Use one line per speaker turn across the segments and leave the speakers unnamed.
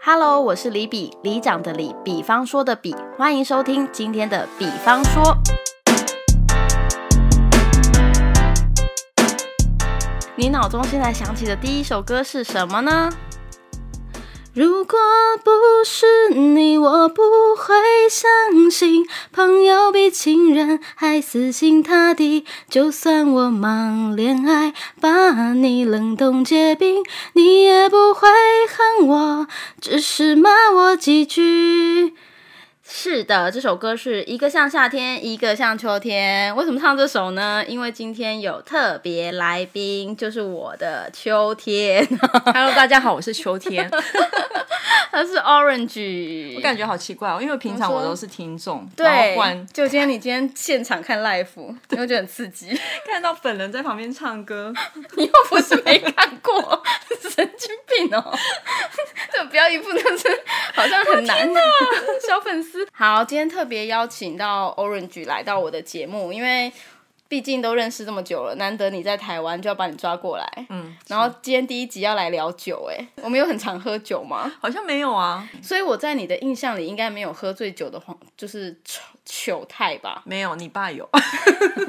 Hello，我是李比，里长的李，比方说的比，欢迎收听今天的《比方说》。你脑中现在想起的第一首歌是什么呢？
如果不是你，我不会相信朋友比情人还死心塌地。就算我忙恋爱，把你冷冻结冰，你也不会恨我，只是骂我几句。
是的，这首歌是一个像夏天，一个像秋天。为什么唱这首呢？因为今天有特别来宾，就是我的秋天，
Hello，大家好，我是秋天。
他是 Orange。
我感觉好奇怪哦，因为平常我都是听众，然后
对
忽然，
就今天你今天现场看 live，你会觉得很刺激。
看到本人在旁边唱 歌，
你又不是没看过， 神经病哦！ 这不要一副就是好像很难啊 小粉丝。好，今天特别邀请到 Orange 来到我的节目，因为毕竟都认识这么久了，难得你在台湾，就要把你抓过来。
嗯，
然后今天第一集要来聊酒、哎，我们有很常喝酒吗？
好像没有啊，
所以我在你的印象里应该没有喝醉酒的黄，就是糗糗态吧？
没有，你爸 有，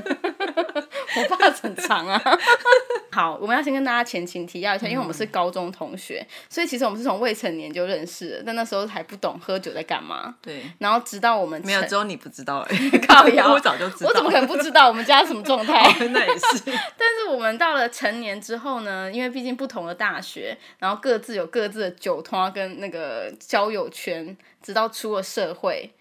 我爸很长啊。 好，我们要先跟大家前情提要一下，因为我们
嗯
是高中同学，所以其实我们是从未成年就认识了，但那时候还不懂喝酒在干嘛。
对，
然后直到我们
没有，
成。
只有你不知道而 已
靠腰
我早就知道，
我怎么可能不知道我们家什么状态？
能？那也是，
但是我们到了成年之后呢，因为毕竟不同的大学，然后各自有各自的酒托跟那个交友圈，直到出了社会。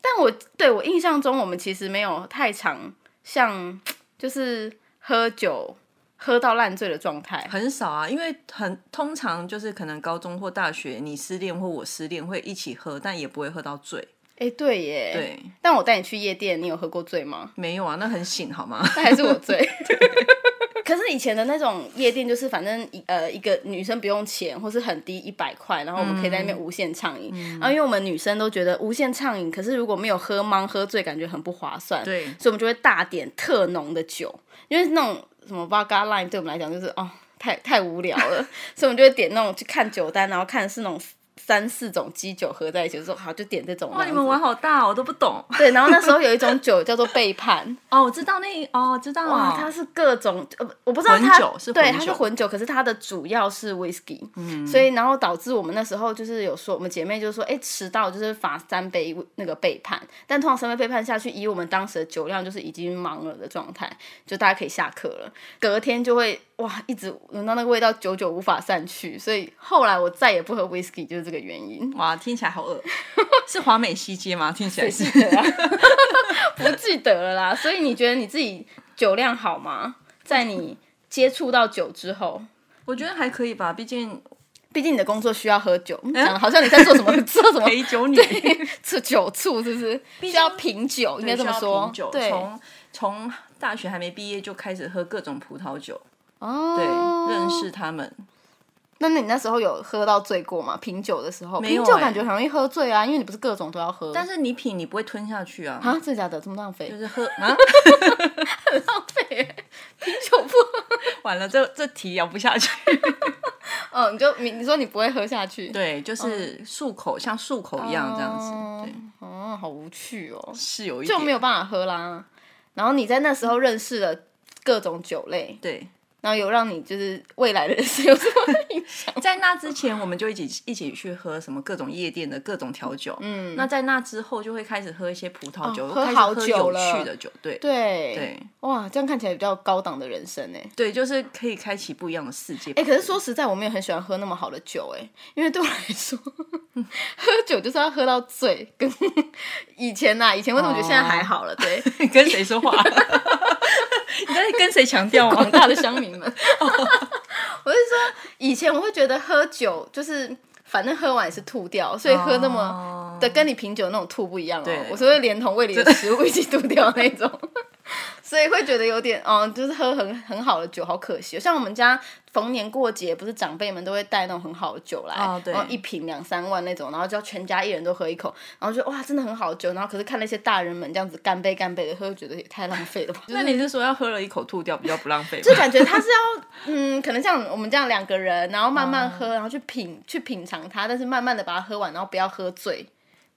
但我对我印象中，我们其实没有太常像就是喝酒喝到烂醉的状态。
很少啊，因为很通常就是可能高中或大学，你失恋或我失恋会一起喝，但也不会喝到醉。
哎、对耶。。
对，
但我带你去夜店，你有喝过醉吗？
没有啊，那很醒好吗？
那还是我 醉。可是以前的那种夜店，就是反正一呃一个女生不用钱，或是很低一百块，然后我们可以在那
嗯
边无限畅饮。然后因为我们女生都觉得无限畅饮，可是如果没有喝懵喝醉，感觉很不划算。
对
所以我们就会大点特浓的酒，因为那种什么 vodka lime 对我们来讲就是哦太太无聊 了，所以我们就会点那种去看酒单，然后看是那种三四种基酒合在一起，就说好就点这种这
哇，
样
你
子。
们玩好大、哦，我都不懂。
对，然后那时候有一种酒叫做背叛。
哦，我知道那哦，知 道
哇，它是各种呃，不我不知道
混
它
酒是
对，
混
它是
酒
混酒，嗯可是它的主要是 whisky，所以然后导致我们那时候就是有说，我们姐妹就说，哎、迟到就是罚三杯那个背叛，但通常三杯背叛下去，以我们当时的酒量就是已经忙了的状态，就大家可以下课了，隔天就会哇，一直闻到那个味道，久久无法散去，所以后来我再也不喝 whisky 就是这个原因。
哇，听起来好恶， 是华美西街吗？听起来是
记得啊， 不记得了啦。所以你觉得你自己酒量好吗？在你接触到酒之后，
我觉得还可以吧，毕竟
毕竟你的工作需要喝酒，嗯讲得好像你在做什 么做什么
陪酒 女
吃酒醋，是不是？需要品酒，应该这么说
品。酒
对，
从从大学还没毕业就开始喝各种葡萄酒，
哦，
对，认。识他们。
那你那时候有喝到醉过吗？品酒的时候，
没有
品酒
欸
感觉很容易喝醉啊，因为你不是各种都要喝。
但是你品你不会吞下去啊，
啊，真的假的？这么浪费
就？是喝啊，
浪费欸，品酒不
完了这这题聊不下去。
哦，你就你你说你不会喝下去？
对，就是漱口，像漱口一样这样子，
哦
对，
哦，好无趣哦。
是有一
就没
点
有办法喝啦。然后你在那时候认识了各种酒类，
对。
然后有让你就是未来的人生有什么影响？
在那之前，我们就一起一起去喝什么各种夜店的各种调酒。嗯，那在那之后就会开始喝一些葡萄酒，
哦
开
喝
始
好
喝
酒
有
了
趣的酒。对
对，
对
哇，这样看起来比较高档的人生呢。
对，就是可以开启不一样的世界吧。
哎、可是说实在，我没有很喜欢喝那么好的酒，哎，因为对我来说， 喝酒就是要喝到醉。跟以前啊呐、以前为什么我觉得现在还好了？对，
你跟谁说话？ 你在跟谁强调
广
啊？
大的乡民们。我是说，以前我会觉得喝酒就是，反正喝完也是吐掉，所以 喝那么、
哦
对，跟你品酒那种吐不一样哦
对。
我是会连同胃里的食物一起吐掉那种。 所以会觉得有点，哦，就是喝很很好的酒，好可惜哦。像我们家逢年过节，不是长辈们都会带那种很好的酒来，
哦对
然后一瓶两三万那种，然后就要全家一人都喝一口，然后就哇，真的很好的酒。然后可是看那些大人们这样子干杯干杯的喝，觉得也太浪费了 吧。就是
那你是说要喝了一口吐掉比较不浪 费吗？
就感觉他是要，嗯，可能像我们这样两个人，然后慢慢喝，
嗯
然后去品去品尝它，但是慢慢的把它喝完，然后不要喝醉。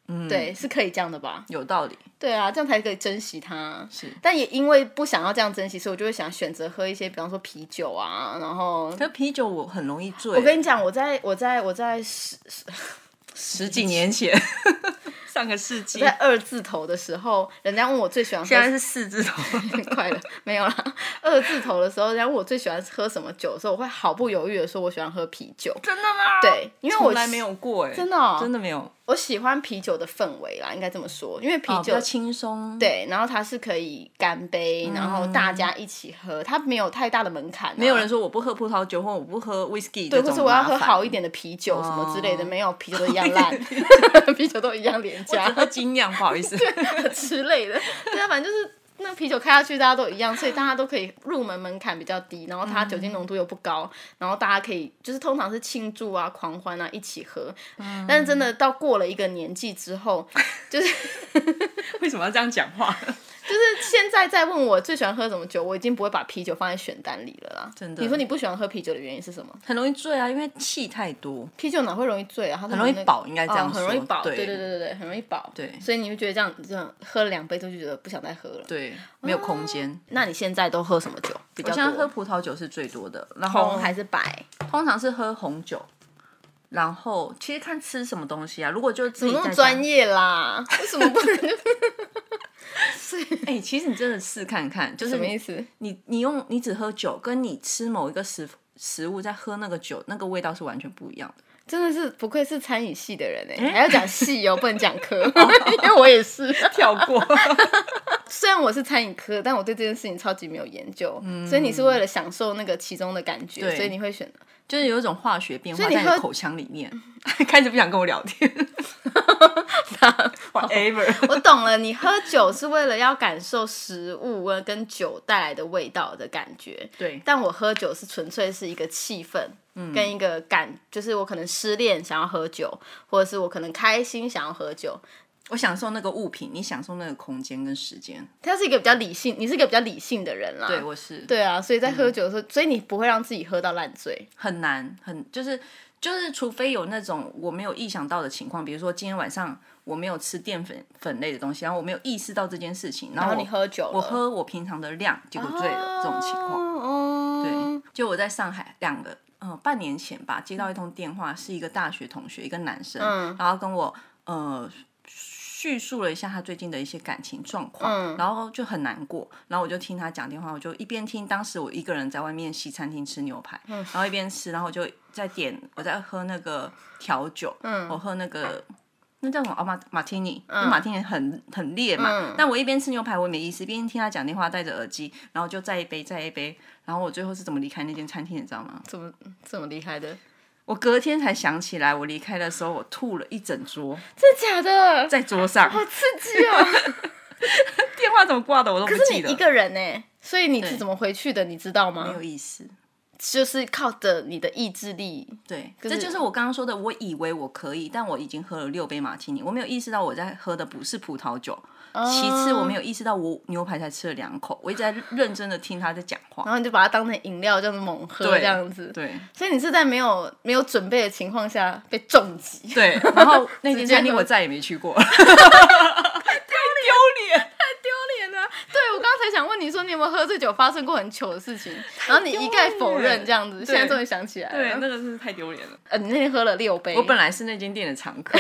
嗯
对，是可以这样的吧？
有道理，
对啊，这样才可以珍惜它。
是。
但也因为不想要这样珍惜，所以我就会想选择喝一些，比方说啤酒啊，然后
可是啤酒我很容易醉。
我跟你讲，我在我在我在十
十几年前，上个世纪
在，二字头的时候，人家问我最喜欢喝
现在是四字头。
快了，没有啦。二字头的时候，人家问我最喜欢喝什么酒的时候，我会毫不犹豫的说我喜欢喝啤酒。
真的吗？
对，因为我
从来没有过哎、
真的哦
真的没有。
我喜欢啤酒的氛围啦，应该这么说，因为啤
哦比
酒、
较轻松，，
对，然后它是可以干杯，然后大家一起喝，它没有太大的门槛啊、
嗯没有人说我不喝葡萄酒或我不喝 whisky，
对，或是我要喝好
一
一点的啤酒什么之类的，
哦
没有啤酒都一样 烂，啤酒都一样廉
点，我
价
只 喝精酿，不好意思。
之类的，对啊，反正就是。那啤酒开下去，大家都一样，所以大家都可以入门门槛比较低，然后它
嗯
酒精浓度又不高，然后大家可以就是通常是庆祝啊、狂欢啊一起喝。
嗯
但是真的到过了一个年纪之后，就是
为什么要这样讲话？
就是现在再问我最喜欢喝什么酒，我已经不会把啤酒放在选单里了啦。
真的
你说你不喜欢喝啤酒的原因是什么？
很容易醉啊，因为气太多。
啤酒哪会容易醉啊？它很
很容易饱应该这样
很容易
说
饱。对
对
对对对对，很容易饱。
对
所以你会觉得这样这样喝了两杯之后就觉得不想再喝了。。
对，没有空间。
那你现在都喝什么酒比
嗯我
较
现在
多？
喝葡萄酒是最多的，然后
红还是白？
通常是喝红酒，然后其实看吃什么东西啊。如果就自
怎
己
么那
在
么
家
专，业 啦？为什么不能就
哎、其实你真的试看看，就是
什么意思？
你你用你只喝酒，跟你吃某一个食食物再喝那个酒，那个味道是完全不一样的。
真的是不愧是餐饮系的人哎、
哎
还要讲系哦，不能讲 科， 因为我也是。
跳过，
虽然我是餐饮科，但我对这件事情超级没有研究，所以你是为了享受那个其中的感觉，
对
所以你会选。
就是有一种化学变
所
化
以你
在
喝
你口腔里面， 开始不想跟我聊 天。Whatever，
我懂了，你喝酒是为了要感受食物啊跟酒带来的味道的感觉，
对，
但我喝酒是纯粹是一个气氛。
嗯
跟一个感，就是我可能失恋想要喝酒，或者是我可能开心想要喝酒，
我享受那个物品，你享受那个空间跟时间。
他是一个比较理性，你是一个比较理性的人啦。
对，我嗯是
对啊，所以在喝酒的时候，所以你不会让自己喝到烂醉。
很难，很就是就是，除非有那种我没有意想到的情况，比如说今天晚上我没有吃淀粉粉类的东西，然后我没有意识到这件事情，然
然
后
后
我
你喝酒了，
哦我喝我平常的量，结果醉了、这种情况。
哦，
对，就我在上海两个，嗯、半年前吧，接到一通电话，是一个大学同学，一个男生，
嗯
然后跟我呃叙述了一下他最近的一些感情状况，
嗯
然后就很难过，然后我就听他讲电话，我就一边听，当时我一个人在外面西餐厅吃牛排，
嗯
然后一边吃，然后我就在点，我在喝那个调酒，
嗯
我喝那个。那叫什么？哦，马马提尼，那马提尼很很烈嘛。
嗯
但我一边吃牛排，我也没意思，一边听他讲电话，戴着耳机，然后就再一杯，再一杯。然后我最后是怎么离开那间餐厅，你知道吗？
怎么这么厉害的？
我隔天才想起来，我离开的时候我吐了一整桌，
真的假的？
在桌上。
好刺激哦！
电话怎么挂的我都不
可是
记
你
得
一，个人欸呢、所以你是
对
怎么回去的？你知道
没
吗
有？意思。
就是靠着你的意志力。
对，
可
这
是
就是我刚刚说的，我以为我可以，但我已经喝了六杯马提尼，我没有意识到我在喝的不是葡萄酒。其次，我没有意识到我牛排才吃了两口，我一直在认真的听他在讲话。
然后你就把它当成饮料这样子猛喝，
对
这样子。
对
所以你是在没有没有准备的情况下被重击，
对，然后那
直
间
接
餐厅
喝
我再也没去过了。
丢脸啊！ 对我刚才想问你说你有没有喝醉酒发生过很糗的 事情，然后你一概否认这样子，
对
现在终于想起来了。
个真是 太丢哎脸了。
呃，你那天喝了六杯，
我本来是那间店的常客，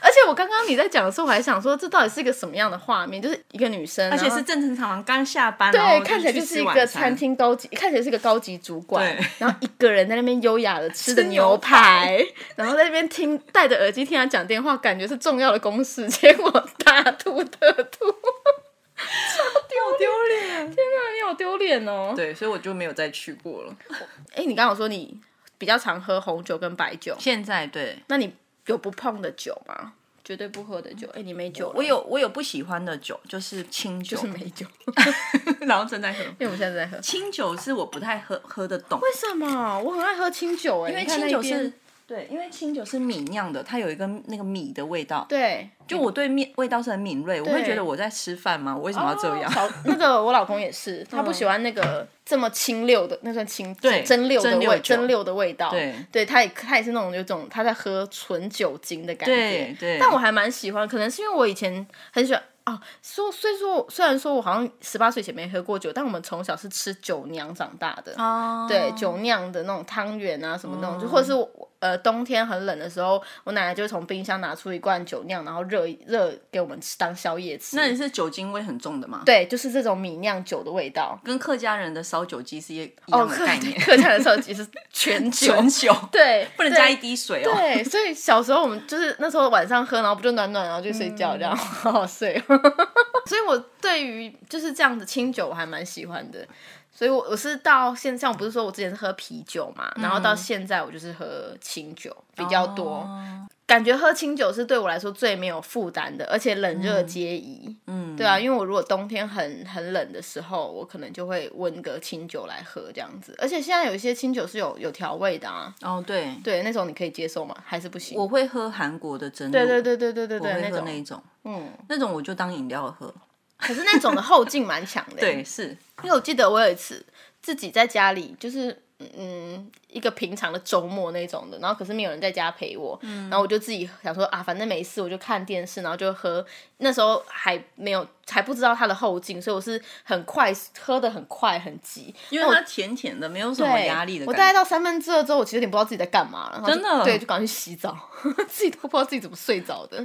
而且我刚刚你在讲的时候，我还想说这到底是一个什么样的画面？就是一个女生，
而且
然后
是正正常常刚下班，然后
对，
就
看起来就
去
是
吃
一
晚
个
餐
餐。厅高级，看起来是一个高级主管
对，
然后一个人在那边优雅的吃着
吃
牛
牛排
排，然后在那边听戴着耳机听他讲电话，感觉是重要的公事，结果大吐特吐，
好丢脸。
天哪，你好丢脸哦！
对，所以我就没有再去过了。
哎，你刚刚有说你比较常喝红酒跟白酒，
现在对，
那你有不碰的酒吗？绝对不喝的酒。哎，你没酒了，
我有我有不喜欢的酒，就是清酒，
就是没酒，
然后正在喝。
因为我们现在在喝。
清酒是我不太喝喝得懂，
为什么？我很爱喝清酒哎、
因为
你看
清
那
酒
边
是对，因为清酒是米酿的，它有一个那个米的味道。
对，
就我对面味道是很敏锐，我会
对哦
觉得我在吃饭吗？我为什么要这样？
少那个我老公也是，他不喜欢那个这么清溜的，那算清
嗯对
蒸馏的
蒸馏
味，
酒
蒸馏的味道。
对
他也他也是那种有种他在喝纯酒精的感觉
对。对
但我还蛮喜欢，可能是因为我以前很喜欢。哦，说虽说虽然说我好像十八岁前没喝过酒，但我们从小是吃酒酿长大的，
哦，嗯
对酒酿的那种汤圆啊什么那种，就或者是我呃冬天很冷的时候，我奶奶就会从冰箱拿出一罐酒酿，然后热一热给我们吃当宵夜吃。
那你是酒精味很重的吗？
对，就是这种米酿酒的味道。
跟客家人的烧酒鸡是一一
哦，
样的
客
概念，
客家的烧酒是全酒，
纯酒
对，
不能
对
加一。滴水哦。
对，所以小时候我们就是那时候晚上喝，然后不就暖暖，然后就睡觉，
嗯
这样、 好好睡哦。 所以我对于就是这样的清酒，我还蛮喜欢的。所以我，我是到现在，像我不是说我之前是喝啤酒嘛，然后到
嗯
现在我就是喝清酒比较多，
哦
感觉喝清酒是对我来说最没有负担的，而且冷热皆宜。
嗯，
对啊，因为我如果冬天很很冷的时候，我可能就会温个清酒来喝这样子。而且现在有一些清酒是有有调味的啊，
哦，对，
对，那种你可以接受吗？还是不行？
我会喝韩国的真露，
对对对对对对
我
对，
会
那
喝那
种
一种，
嗯，
那种我就当饮料喝。
可是那种的后劲蛮强的。欸
对，，是
因为我记得我有一次自己在家里，就是嗯一个平常的周末那种的，然后可是没有人在家陪我，
嗯
然后我就自己想说啊，反正没事，我就看电视，然后就喝。那时候还没有还不知道它的后劲，所以我是很快喝的很快很急，
因为它甜甜的，没有什么
对，
压力的
我大概
感觉。
到三分之二之后，我其实有点不知道自己在干嘛了，然后就
真的
对，就赶快去洗澡， 自己都不知道自己怎么睡着的。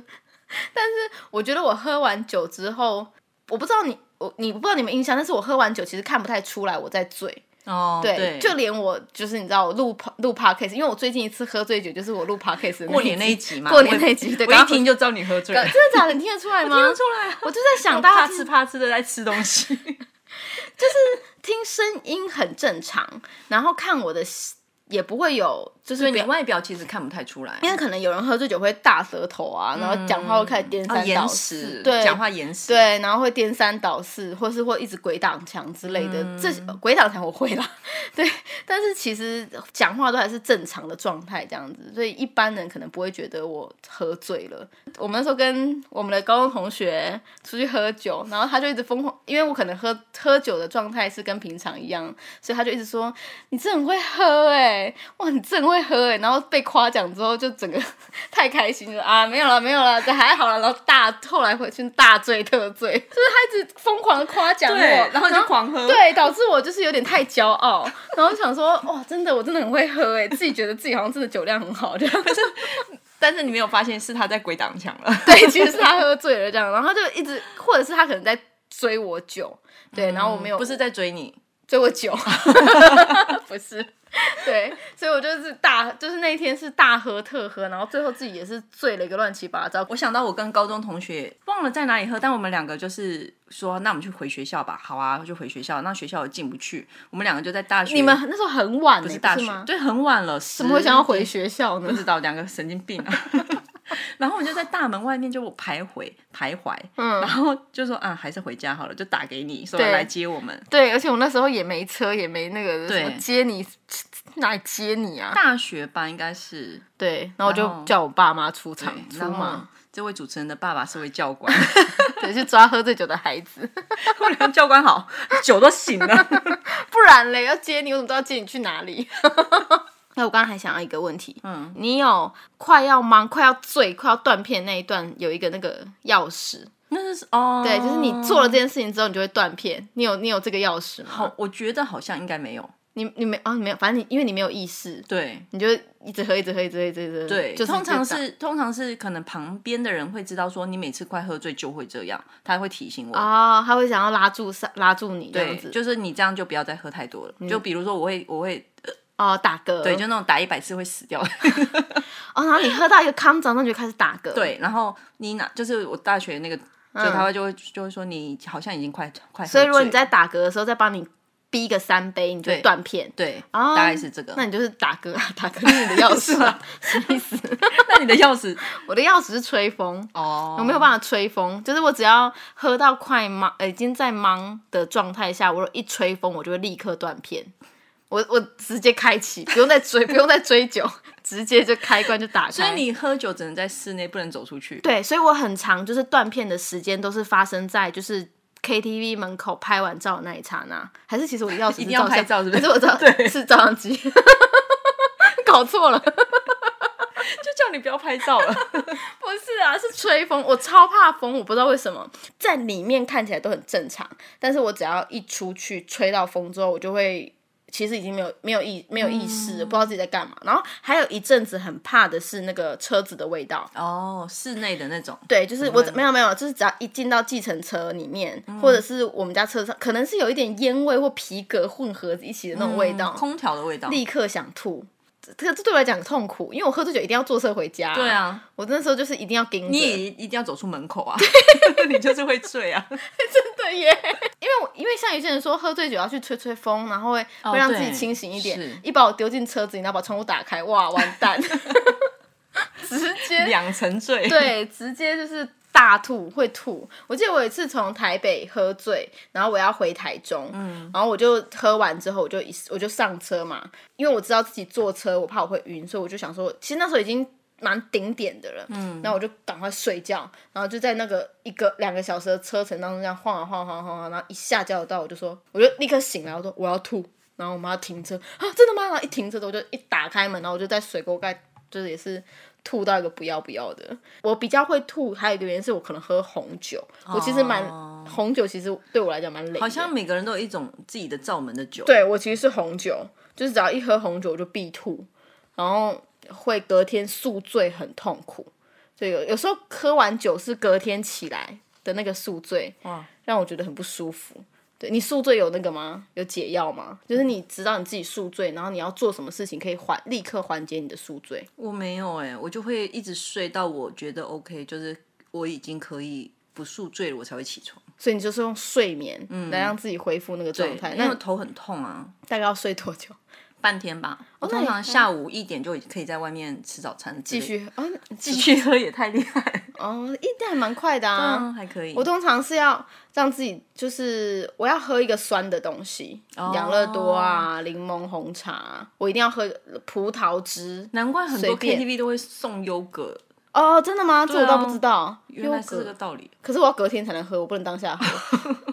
但是我觉得我喝完酒之后，我不知道你我你不知道你们印象，但是我喝完酒其实看不太出来我在醉，
哦，
对，
对，
就连我就是你知道我录 po- 录 podcast，因为我最近一次喝醉酒就是我录 podcast 的
过年那
那
一
一集，
集嘛，
过年
我
那一集对
我
刚
一
刚
听就知道你喝醉了，
真的假的？你听得 出来吗？
听得出 来。
我就在想，大家
啪
听
哧啪哧的在吃东 西，
听声音很正常，然后看我的也不会有，就
所
是
以
表
你外表其实看不太出来。
因为可能有人喝醉酒会大舌头啊，然后讲话会开始颠
啊，
三倒
延
四，
时，
哦对，
讲话延时，，
对，然后会颠三倒四，或是会一直鬼挡墙之类的。
嗯
这呃鬼挡墙我会啦， 对，但是其实讲话都还是正常的状态这样子，所以一般人可能不会觉得我喝醉了。我们那时候跟我们的高中同学出去喝酒，然后他就一直疯狂，因为我可能喝喝酒的状态是跟平常一样，所以他就一直说你真的很会喝哎、哇，你真的很会喝哎、然后被夸奖之后就整个 太开心了啊，没有了没有了，这还好了，然后大后来回去大醉特醉，就是他一直疯狂的夸奖我，
对，然后就狂喝，
对，导致我就是有点太骄傲， 然后想说，哇，真的，我真的很会喝哎，自己觉得自己好像真的酒量很好这 样。
但是你没有发现是他在鬼挡墙了，
对，其实是他喝醉了这样，然后他就一直，或者是他可能在追我酒，对，然后我没有，
不是在追你，
追我酒， 不是。对，所以我就是大，就是那一天是大喝特喝，然后最后自己也是醉了一个乱七八糟。
我想到我跟高中同学忘了在哪里喝，但我们两个就是说，那我们去回学校吧。好啊，就回学校。那学校也进不去，我们两个就在大学。
你们那时候很晚呢，
不
不
是大学
吗？
对，很晚了，怎
怎么会想要回？学校
不
呢？
知道，两个神经病啊。 然后我就在大门外面就徘徊徘徊，
嗯
然，后就说啊，还是回家好了，就打给你说
对
来接我们。
对，而且我那时候也没车，也没那个
对
什么接你，哪里接你啊？
大学吧，应该是
对，然后我就
然后
叫我爸妈出场
对，
出
然后
马，
这位主持人的爸爸是位教官，
对，去抓喝醉酒的孩子，
我俩教官好，酒都醒了。
不然嘞，要接你，我怎么知道接你去哪里？ 那我刚刚还想到一个问题，
嗯，
你有快要忙、快要醉、快要断片那一段有一个那个钥匙，
那是哦，
对，就是你做了这件事情之后，你就会断片。你有你有这个钥匙吗？
好，我觉得好像应该没有。
你你没哦，你没有，反正你因为你没有意识，
对
你就一直喝，一直喝，一直喝，一直喝，嗯
对，
就是
通常
这样
是通常是可能旁边的人会知道说你每次快喝醉就会这样，他会提醒我。
哦，他会想要拉住拉住你这
对
样，子，
就是你这样就不要再喝太多了。就比如说，我会我会
哦打嗝，
对，就那种打一百次会死掉 的。
哦，然后你喝到一个康掌，那你就开始打嗝，
对，然后你哪就是我大学那个，就他会就会就会说你好像已经快快喝
所
醉了。
以如果你在打嗝的时候再帮你逼个三杯，你就
对
断片。
对，
哦
大概是这个。
那你就是打嗝啊，打嗝是你的 钥匙啊，什么意思？
那你的钥匙
我的钥匙是吹风，
哦
我没有办法吹风，就是我只要喝到快忙，呃已经在忙的状态下，我一吹风，我就会立刻断片。我我直接开启，不用再追，不用再追酒，直接就开关就打开。
所以你喝酒只能在室内，不能走出去。
对，所以我很长就是断片的时间都是发生在就是。KTV 门口拍完照的那一刹那，还是其实我的钥匙
一定要拍照
是
是不是
照相还是我照
对
是照相机， 搞错了，不
就叫你不要拍照了。
是啊，是吹风，我超怕风，我不知道为什么，在里面看起来都很正常，但是我只要一出去吹到风之后，我就会其实已经没有没有意没有意识
嗯
了，不知道自己在干嘛。然后还有一阵子很怕的是那个车子的味道，
哦，室内的那种，
对，就是我
嗯
没有没有，就是只要一进到计程车里面，或者是我们家车上，可能是有一点烟味或皮革混合一起的那种味道，
嗯空调的味道。
立刻想吐。这这这对我来讲很痛苦，因为我喝醉酒一定要坐车回家。
对，啊，
我那时候就是一定要盯着。
你也一定要走出门口啊， 你就是会醉 啊。
对耶， 因为我因为像有些人说喝醉酒要去吹吹风，然后会、
哦
会让自
对
己清醒一
是
点。一把我丢进车子里，然后把窗户打开，哇，完蛋， 直接
两层醉。，
对，直接就是大吐，会吐。我记得我有一次从台北喝醉，然后我要回台中，然后我就喝完之后，我就一我就上车嘛，因为我知道自己坐车，我怕我会晕，所以我就想说，其实那时候已经。蛮顶点的了，嗯，然后我就赶快睡觉，然后就在那个一个两个小时的车程当中这样晃啊晃啊晃啊晃啊，然后一下交流道我就说，我就立刻醒来，我说我要吐，然后我妈要停车啊，真的吗？然后一停车我就一打开门，然后我就在水沟盖就是也是吐到一个不要不要的。我比较会吐，还有一个原因是我可能喝红酒，我其实蛮、红酒，其实对我来讲蛮累的。
哦好像每个人都有一种自己的罩门的酒。，
对我其实是红酒，就是只要一喝红酒我就必吐，然后会隔天宿醉很痛苦。所以有有时候喝完酒是隔天起来的那个宿醉，
哇，
让我觉得很不舒服。对你宿醉有那个吗？有解药吗？就是你知道你自己宿醉，然后你要做什么事情可以缓立刻缓解你的宿醉。
我没有哎、我就会一直睡到我觉得 OK，就是我已经可以不宿醉了，我才会起床。
所以你就是用睡眠来让自己恢复那个状态。
嗯因为
那
我头很痛啊，
大概要睡多久？
半天吧。我
那
通
也
常下午一点就已可以在外面吃早餐，
继续哦，
继续喝也太厉害了。
哦，一定还蛮快的啊。
嗯，还可以。
我通常是要让自己，就是我要喝一个酸的东西，
哦
养乐多啊、柠檬红茶啊，我一定要喝葡萄汁。
难怪很多
随便
KTV 都会送优格，
哦，真的吗？这我
对啊
倒不知道。
原来是这
优
个
格
道理。
可是我要隔天才能喝，我不能当下喝。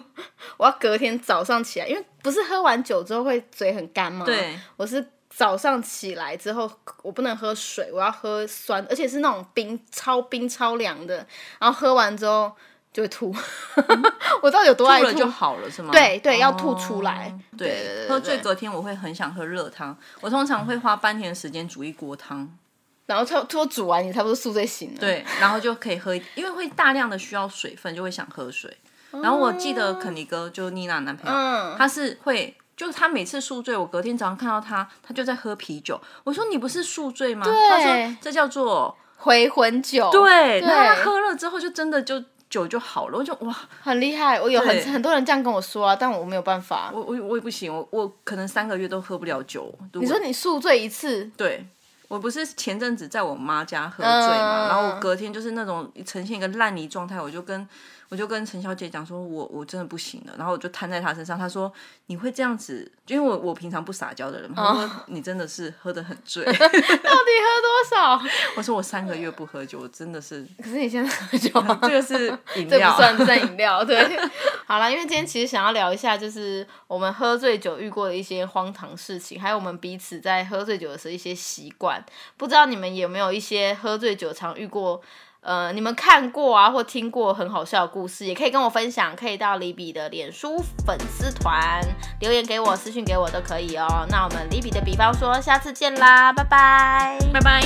我要隔天早上起来，因为不是喝完酒之后会嘴很干吗？
对，
我是早上起来之后，我不能喝水，我要喝酸，而且是那种冰超冰超凉的，然后喝完之后就会吐。 我到底有多爱
嗯吐了
吐
就？好了是吗？
对对，
哦
要吐出来。对对
对
对，
喝醉隔天我会很想喝热汤，我通常会花半天的时间煮一锅汤，
然后差不多煮完也差不多宿醉醒了。，
对，然后就可以喝一，因为会大量的需要水分，就会想喝水。然后我记得肯尼哥就妮娜男朋友，
哦嗯
他是会，就是他每次宿醉，我隔天早上看到他，他就在喝啤酒。我说你不是宿醉吗？他说这叫做
回魂酒，，对
对，然后他喝了之后就真的就酒就好了，我就哇，
很厉害。我有很
对
很多人这样跟我说啊，但我没有办法。
我我我也不行，我我可能三个月都喝不了酒。如
你
果
说你宿醉一次，
对。我不是前阵子在我妈家喝醉嘛，
嗯
然后我隔天就是那种呈现一个烂泥状态，我就跟我就跟陈小姐讲说我，我真的不行了，然后我就摊在她身上，她说你会这样子，因为我我平常不撒娇的人嘛，她
哦
说、你真的是喝得很醉，
到底喝多少？
我说我三个月不喝酒，我真的是
可是你现在喝酒 啊，
这个是 饮
这
料
不，算算饮料，对。 好啦，因为今天其实想要聊一下，就是我们喝醉酒遇过的一些荒唐事情，还有我们彼此在喝醉酒的时候一些习惯。不知道你们有没有一些喝醉酒常遇过？呃，你们看过啊，或听过很好笑的故事，也可以跟我分享，可以到李比的脸书粉丝团留言给我，私讯给我都可以哦。那我们李比的比方说，下次见啦，拜拜，
拜拜。